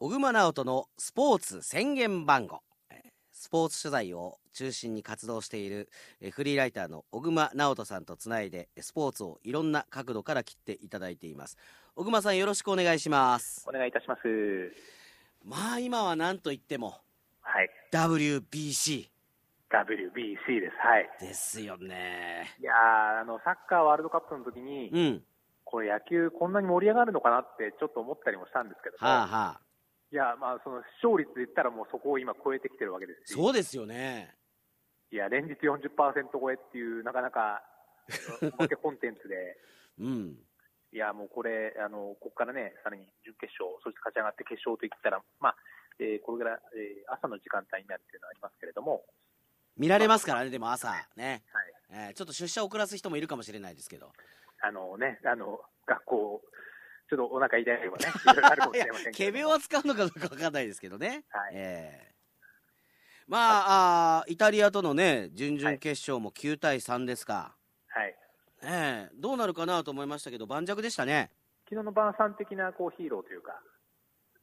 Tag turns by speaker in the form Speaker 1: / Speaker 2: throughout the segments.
Speaker 1: 小熊直人のスポーツ宣言番号えースポーツ取材を中心に活動しているえーフリーライターの小熊直人さんとつないでえースポーツをいろんな角度から切っていただいています小熊さんよろしくお願いします
Speaker 2: お願いいたします。
Speaker 1: まあ今は何と言っても
Speaker 2: はい。
Speaker 1: WBC
Speaker 2: WBC です。はい。
Speaker 1: ですよね
Speaker 2: いやーあの、サッカーワールドカップの時に、
Speaker 1: うん
Speaker 2: これ野球こんなに盛り上がるのかなってちょっと思ったりもしたんですけども、
Speaker 1: はあはあ
Speaker 2: いや、まあ、その視聴率で言ったらもうそこを今超えてきてるわけですし、
Speaker 1: そうですよね
Speaker 2: いや、連日40%超えっていう、なかなか、おまけコンテンツで、
Speaker 1: うん
Speaker 2: いや、もうこれ、あの、ここからね、さらに準決勝、そして勝ち上がって決勝といったら、まあ、えーこれから、えー朝の時間帯になるっていうのはありますけれども、
Speaker 1: 見られますからねでも朝ね、
Speaker 2: は
Speaker 1: え
Speaker 2: い。
Speaker 1: ーちょっと出社遅らす人もいるかもしれないですけど
Speaker 2: あのね、あの、学校、ちょっとお腹痛いと かね、いろいろあるかもしれませんけ
Speaker 1: 仮
Speaker 2: れど
Speaker 1: 病
Speaker 2: も。
Speaker 1: は使うのかどうかわかんないですけどね、
Speaker 2: はい
Speaker 1: ええまああーイタリアとのね準々決勝も9対3ですか、
Speaker 2: はい。
Speaker 1: ええどうなるかなと思いましたけど盤石でしたね
Speaker 2: 昨日の晩さん的なこうヒーローというか、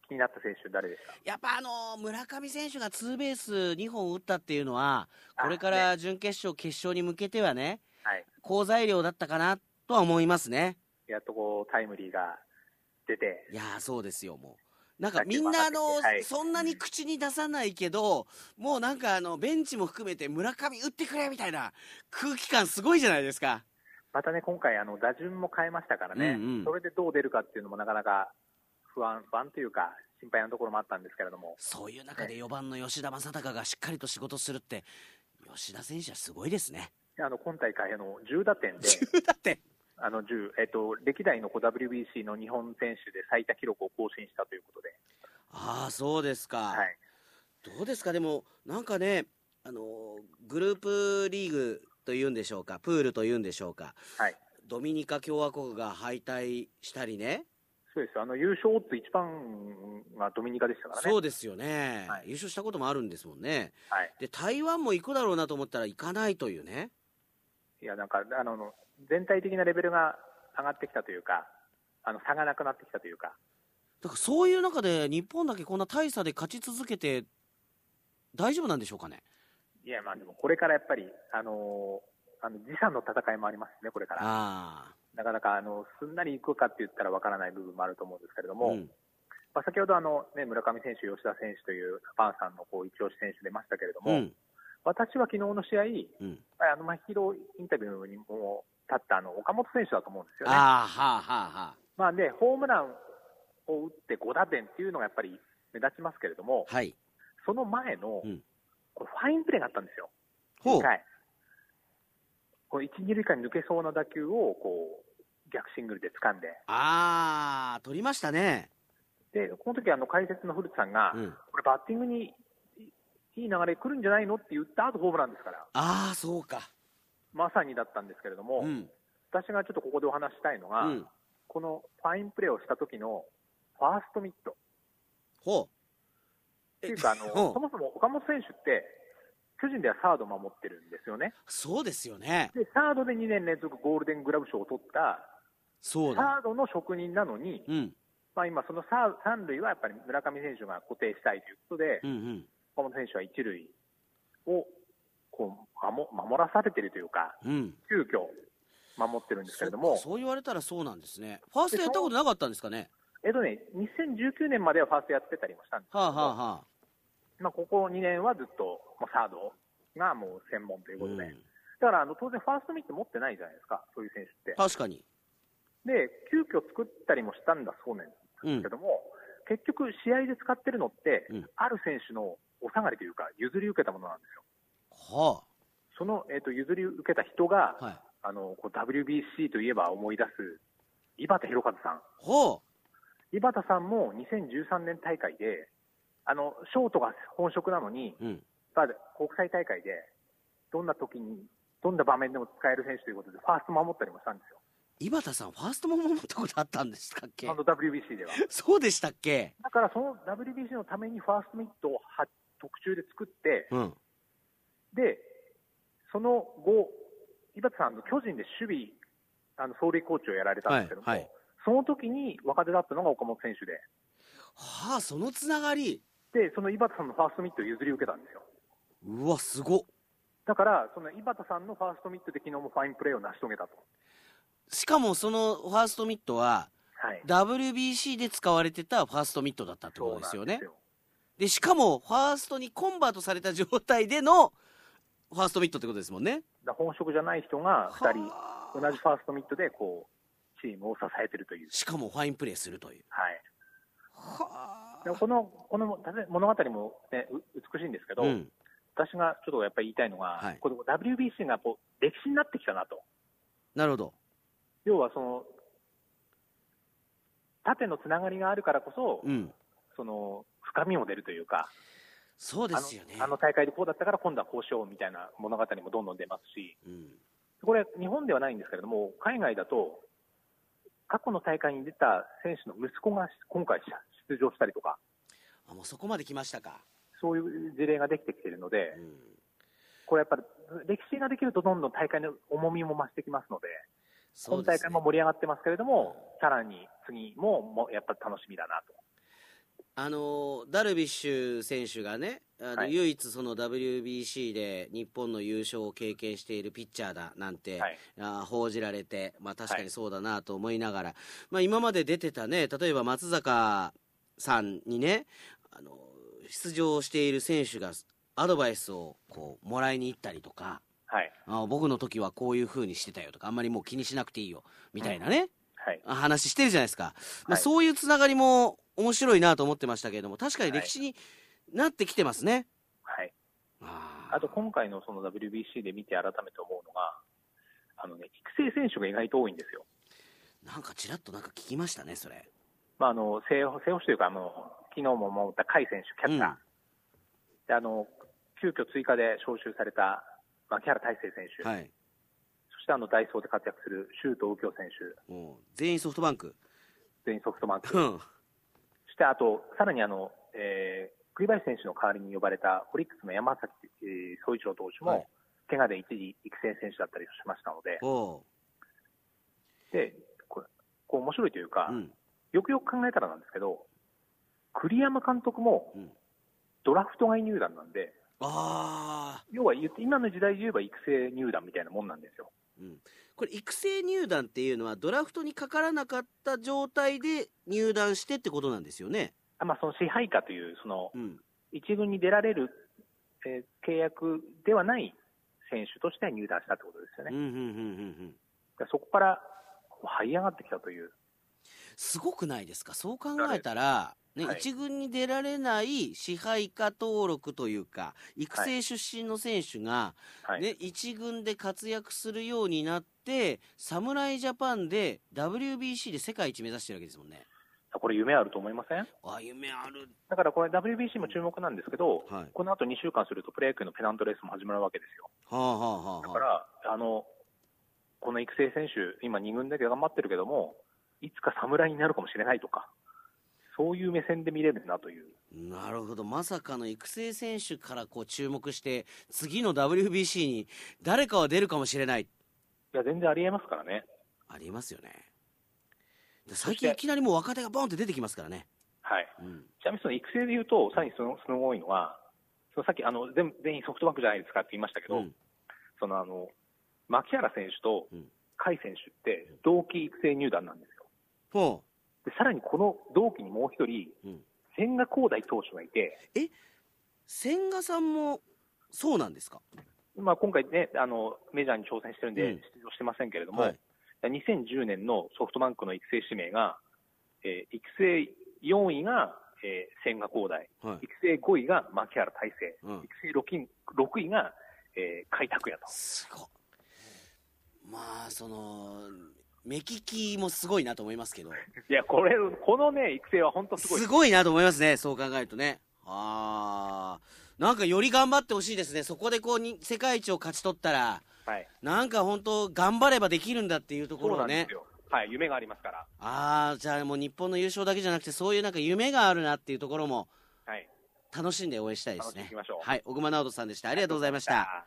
Speaker 2: 気になった選手誰ですか
Speaker 1: やっぱあのー村上選手がツーベース2本打ったっていうのはこれか
Speaker 2: あ
Speaker 1: ら準決勝、決勝に向けてはね
Speaker 2: はい。
Speaker 1: 好材料だったかなとは思いますね
Speaker 2: やっとこう、タイムリーが出て、
Speaker 1: いやーそうですよもうなんか
Speaker 2: だって
Speaker 1: みんなあの、
Speaker 2: まだはい
Speaker 1: そんなに口に出さないけどもうなんかあのベンチも含めて村上打ってくれみたいな空気感すごいじゃないですか
Speaker 2: またね、今回、あの、打順も変えましたからね、
Speaker 1: うんうん
Speaker 2: それでどう出るかっていうのもなかなか不安、不安というか、心配なところもあったんですけれども、
Speaker 1: そういう中で4番の吉田正尚がしっかりと仕事するって吉田選手はすごいです ね
Speaker 2: あの、今大会、あの、10打 点で、
Speaker 1: だって
Speaker 2: あの、10、えっと、歴代のこう WBC の日本選手で最多記録を更新したということで、
Speaker 1: ああそうですか、
Speaker 2: はい。
Speaker 1: どうですかでもなんかねあのグループリーグというんでしょうかプールというんでしょうか
Speaker 2: はい。
Speaker 1: ドミニカ共和国が敗退したりね
Speaker 2: そうです。あの、優勝って一番がドミニカでしたからね。
Speaker 1: そうですよね、
Speaker 2: はい
Speaker 1: 優勝したこともあるんですもんね
Speaker 2: はい。
Speaker 1: で台湾も行くだろうなと思ったら行かないというね
Speaker 2: いや、なんか、あの、全体的なレベルが上がってきたというか、あの、差がなくなってきたというか、
Speaker 1: だからそういう中で日本だけこんな大差で勝ち続けて大丈夫なんでしょうかね
Speaker 2: いや、まあでも、これからやっぱり、あのーあの、時差の戦いもありますね、これから。
Speaker 1: あ
Speaker 2: なかなか、あの、すんなり行くかって言ったらわからない部分もあると思うんですけれど
Speaker 1: あ
Speaker 2: も、
Speaker 1: うん
Speaker 2: まあ、先ほどあの、ね、村上選手、吉田選手という、パンさんのこう、一押し選手出ましたけれど
Speaker 1: う
Speaker 2: も、
Speaker 1: ん
Speaker 2: 私は昨日の試合、
Speaker 1: うん
Speaker 2: あの、まあ、ヒーローインタビューにも立った、あの、岡本選手だと思うんですよね。
Speaker 1: ああはあはあは
Speaker 2: まあ、でホームランを打って5打点っていうのがやっぱり目立ちますけれども、
Speaker 1: あはい
Speaker 2: その前の、
Speaker 1: うん
Speaker 2: これファインプレーがあったんですよ、
Speaker 1: ほう
Speaker 2: 一回この1、2塁間に抜けそうな打球をこう逆シングルで掴んで、
Speaker 1: ああ取りましたね
Speaker 2: でこの時あの解説の古田さんが、
Speaker 1: うん
Speaker 2: これバッティングにいいい流れ来るんじゃないのって言った後ホームランですから、
Speaker 1: ああそうか
Speaker 2: まさにだったんですけれども、
Speaker 1: うん
Speaker 2: 私がちょっとここでお話したいの
Speaker 1: う
Speaker 2: が、
Speaker 1: ん
Speaker 2: このファインプレーをした時のファーストミット。
Speaker 1: ほ
Speaker 2: っ
Speaker 1: う
Speaker 2: て
Speaker 1: え
Speaker 2: いうか、あの
Speaker 1: ほう
Speaker 2: そもそも岡本選手って、巨人ではサードを守ってるんですよね。
Speaker 1: そうですよね
Speaker 2: で、サードで2年連続ゴールデングラブ賞を取った、
Speaker 1: そうだ
Speaker 2: サードの職人なのに、
Speaker 1: うん
Speaker 2: まあ、今、そのサード三塁はやっぱり村上選手が固定したいということで
Speaker 1: う、んうん
Speaker 2: 岡本選手は一塁をこう守守らされてるというか、
Speaker 1: うん
Speaker 2: 急遽守ってるんですけれど
Speaker 1: そ
Speaker 2: も
Speaker 1: っか、そう言われたらそうなんですねファーストやったことなかったんですかね
Speaker 2: えっとね、2019年まではファーストやってたりもしたんですけ
Speaker 1: はあ
Speaker 2: ど、
Speaker 1: はあはあ
Speaker 2: まあ、ここ2年はずっともうサードがもう専門ということで。
Speaker 1: うん
Speaker 2: だからあの当然、ファーストミット持ってないじゃないですか、そういう選手って。
Speaker 1: 確かに
Speaker 2: で、急遽作ったりもしたんだそうなんで
Speaker 1: うん
Speaker 2: すけども、結局、試合で使ってるのって、
Speaker 1: うん
Speaker 2: ある選手のお下がりというか、譲り受けたものなんですよ。
Speaker 1: は
Speaker 2: その、えー、と譲り受けた人が、
Speaker 1: あはい
Speaker 2: あのこう WBC といえば思い出す、井端弘和さん。
Speaker 1: ほ
Speaker 2: 井端さんも2013年大会で、あのショートが本職なのに、
Speaker 1: ううん
Speaker 2: まあ国際大会で、どんな時に、どんな場面でも使える選手ということで、ファースト守ったりもしたんですよ。
Speaker 1: 井端さんファーストも守ったことあったんですかっけ
Speaker 2: あの WBC では。
Speaker 1: そうでしたっけ
Speaker 2: だからその WBC のためにファーストミットをは特注で作って、
Speaker 1: うん
Speaker 2: で、その後、井端さん、あの巨人で守備、あの走塁コーチをやられたんですけども、
Speaker 1: はいはい
Speaker 2: その時に若手だったのが岡本選手で、
Speaker 1: はあそのつながり
Speaker 2: で、その井端さんのファーストミットを譲り受けたんですよ。
Speaker 1: うわすごっ
Speaker 2: だから、その井端さんのファーストミットで昨日もファインプレーを成し遂げたと。
Speaker 1: しかもそのファーストミットは
Speaker 2: はい。
Speaker 1: WBC で使われてたファーストミットだったってことですよねでしかもファーストにコンバートされた状態でのファーストミットってことですもんね
Speaker 2: だから本職じゃない人が2人、
Speaker 1: はあ
Speaker 2: 同じファーストミットでこうチームを支えてるという、
Speaker 1: しかもファインプレーするという
Speaker 2: はい、
Speaker 1: は
Speaker 2: でこのこの物語も、ね、う美しいんですけど、
Speaker 1: うん、
Speaker 2: 私がちょっとやっぱり言いたいのが、
Speaker 1: はい
Speaker 2: この WBC がこう歴史になってきたなと、
Speaker 1: なるほど
Speaker 2: 要はその縦のつながりがあるからこそ、
Speaker 1: うん
Speaker 2: その深みも出るというか、
Speaker 1: そうですよね
Speaker 2: あのあの大会でこうだったから今度はこうしようみたいな物語もどんどん出ますし、
Speaker 1: うん
Speaker 2: これ、日本ではないんですけれども、海外だと、過去の大会に出た選手の息子が今回出場したりとか、
Speaker 1: あもうそこまで来ましたか、
Speaker 2: そういう事例ができてきているので
Speaker 1: う、ん、
Speaker 2: これやっぱり歴史ができるとどんどん大会の重みも増してきますので、
Speaker 1: そう
Speaker 2: 今
Speaker 1: で
Speaker 2: 大
Speaker 1: すね
Speaker 2: 会も盛り上がってますけれども、さらに次ももうやっぱり楽しみだなと。
Speaker 1: あのダルビッシュ選手がね、あの
Speaker 2: はい
Speaker 1: 唯一その WBC で日本の優勝を経験しているピッチャーだなんて、
Speaker 2: はい
Speaker 1: あー報じられて、まあ、確か
Speaker 2: は
Speaker 1: に
Speaker 2: い
Speaker 1: そうだなと思いながら、まあ、今まで出てたね、例えば松坂さんにね、あの出場している選手がアドバイスをこうもらいに行ったりとか、
Speaker 2: はい
Speaker 1: あー僕の時はこういう風にしてたよとか、あんまりもう気にしなくていいよみたいなね、
Speaker 2: はい
Speaker 1: 話してるじゃないですか、まあ、
Speaker 2: はい
Speaker 1: そういうつながりも面白いなと思ってましたけれども確かに歴史になってきてますね、
Speaker 2: はい、
Speaker 1: あー
Speaker 2: あと今回のその WBC で見て改めて思うのが、あのね、育成選手が意外と多いんですよ。
Speaker 1: なんかちらっとなんか聞きましたねそれ
Speaker 2: まあ、あの正捕正捕手というかあの、昨日も守った甲斐選手、キャッチャー、
Speaker 1: うん
Speaker 2: であの急遽追加で招集された牧原大成選手、
Speaker 1: はい
Speaker 2: そしてあのダイソーで活躍する周東右京選手、
Speaker 1: もう全員ソフトバンク
Speaker 2: 全員ソフトバンク、
Speaker 1: う
Speaker 2: そ
Speaker 1: ん
Speaker 2: してあと、さらにあの、えー栗林選手の代わりに呼ばれたオリックスの山崎えー総、一郎投手も、
Speaker 1: はい
Speaker 2: 怪我で一時育成選手だったりしましたので、
Speaker 1: お
Speaker 2: でこれこう面白いというか、
Speaker 1: ううん
Speaker 2: よくよく考えたらなんですけど、栗山監督も
Speaker 1: うん
Speaker 2: ドラフト外入団なんで、
Speaker 1: ああ
Speaker 2: 要は言って今の時代で言えば育成入団みたいなもんなんですよ。
Speaker 1: うんこれ育成入団っていうのはドラフトにかからなかった状態で入団してってことなんですよね
Speaker 2: あまあ、その支配下という、その
Speaker 1: うん
Speaker 2: 一軍に出られる、えー契約ではない選手として入団したってことですよ
Speaker 1: う
Speaker 2: ね。
Speaker 1: んうんうんうんうん
Speaker 2: だからそこから這い上がってきたという、
Speaker 1: すごくないですかそう考えたら、ね
Speaker 2: はい
Speaker 1: 一軍に出られない支配下登録というか育
Speaker 2: は
Speaker 1: 成出身の選手が、
Speaker 2: はい
Speaker 1: ね、一軍で活躍するようになって侍ジャパンで WBC で世界一目指してるわけですもんね。
Speaker 2: これ、夢あると思いません
Speaker 1: あ夢ある、
Speaker 2: だからこれ、WBC も注目なんですけど、
Speaker 1: はい、
Speaker 2: このあと2週間すると、プロ野球のペナントレースも始まるわけですよ。
Speaker 1: はあはあはあ
Speaker 2: だ
Speaker 1: はあ
Speaker 2: から、あのこの育成選手、今、2軍だけ頑張ってるけども、いつか侍になるかもしれないとか、そういう目線で見れるなという。
Speaker 1: なるほどまさかの育成選手からこう注目して次の WBC に誰かは出るかもしれない
Speaker 2: いや、全然ありえますからね。
Speaker 1: ありますよね。
Speaker 2: そ
Speaker 1: 最
Speaker 2: して
Speaker 1: 近いきなりもう若手がボンって出てきますからね。
Speaker 2: はい。
Speaker 1: うん
Speaker 2: ちなみにその育成で言うと、さらにその、その多いのは、そのさっき、あの、全全員ソフトバンクじゃないですかって言いましたけど、
Speaker 1: うん
Speaker 2: そのあの、牧原選手と
Speaker 1: うん
Speaker 2: 甲斐選手って同期育成入団なんですよ。
Speaker 1: ほ
Speaker 2: で、さらにこの同期にもう一人、
Speaker 1: う、うん、
Speaker 2: 千賀滉大投手がいて、
Speaker 1: 千賀さんもそうなんですか
Speaker 2: まあ今回ね、あの、メジャーに挑戦してるんで
Speaker 1: うん
Speaker 2: 出場してませんけれども、
Speaker 1: はい
Speaker 2: 2010年のソフトバンクの育成指名が、えー育成4位が、えー千賀滉大、
Speaker 1: はい
Speaker 2: 育成5位が牧原大成、
Speaker 1: うん
Speaker 2: 育成 6, 位6位が、えー、甲斐拓也と。
Speaker 1: すごっまあその目利きもすごいなと思いますけど
Speaker 2: いや、これ、このね、育成は本当すごい。
Speaker 1: すごいなと思いますねそう考えるとねあーなんかより頑張ってほしいですねそこでこうに世界一を勝ち取ったら
Speaker 2: はい。
Speaker 1: なんか本当頑張ればできるんだっていうとこ
Speaker 2: そう
Speaker 1: ろ
Speaker 2: な
Speaker 1: を
Speaker 2: んで
Speaker 1: ね
Speaker 2: すよ。はい、夢がありますから。
Speaker 1: ああじゃあもう日本の優勝だけじゃなくてそういうなんか夢があるなっていうところも
Speaker 2: はい。
Speaker 1: 楽しんで応援したいですね
Speaker 2: 楽しんでいきましょう
Speaker 1: はい小熊直人さんでしたありがとうございました
Speaker 2: あ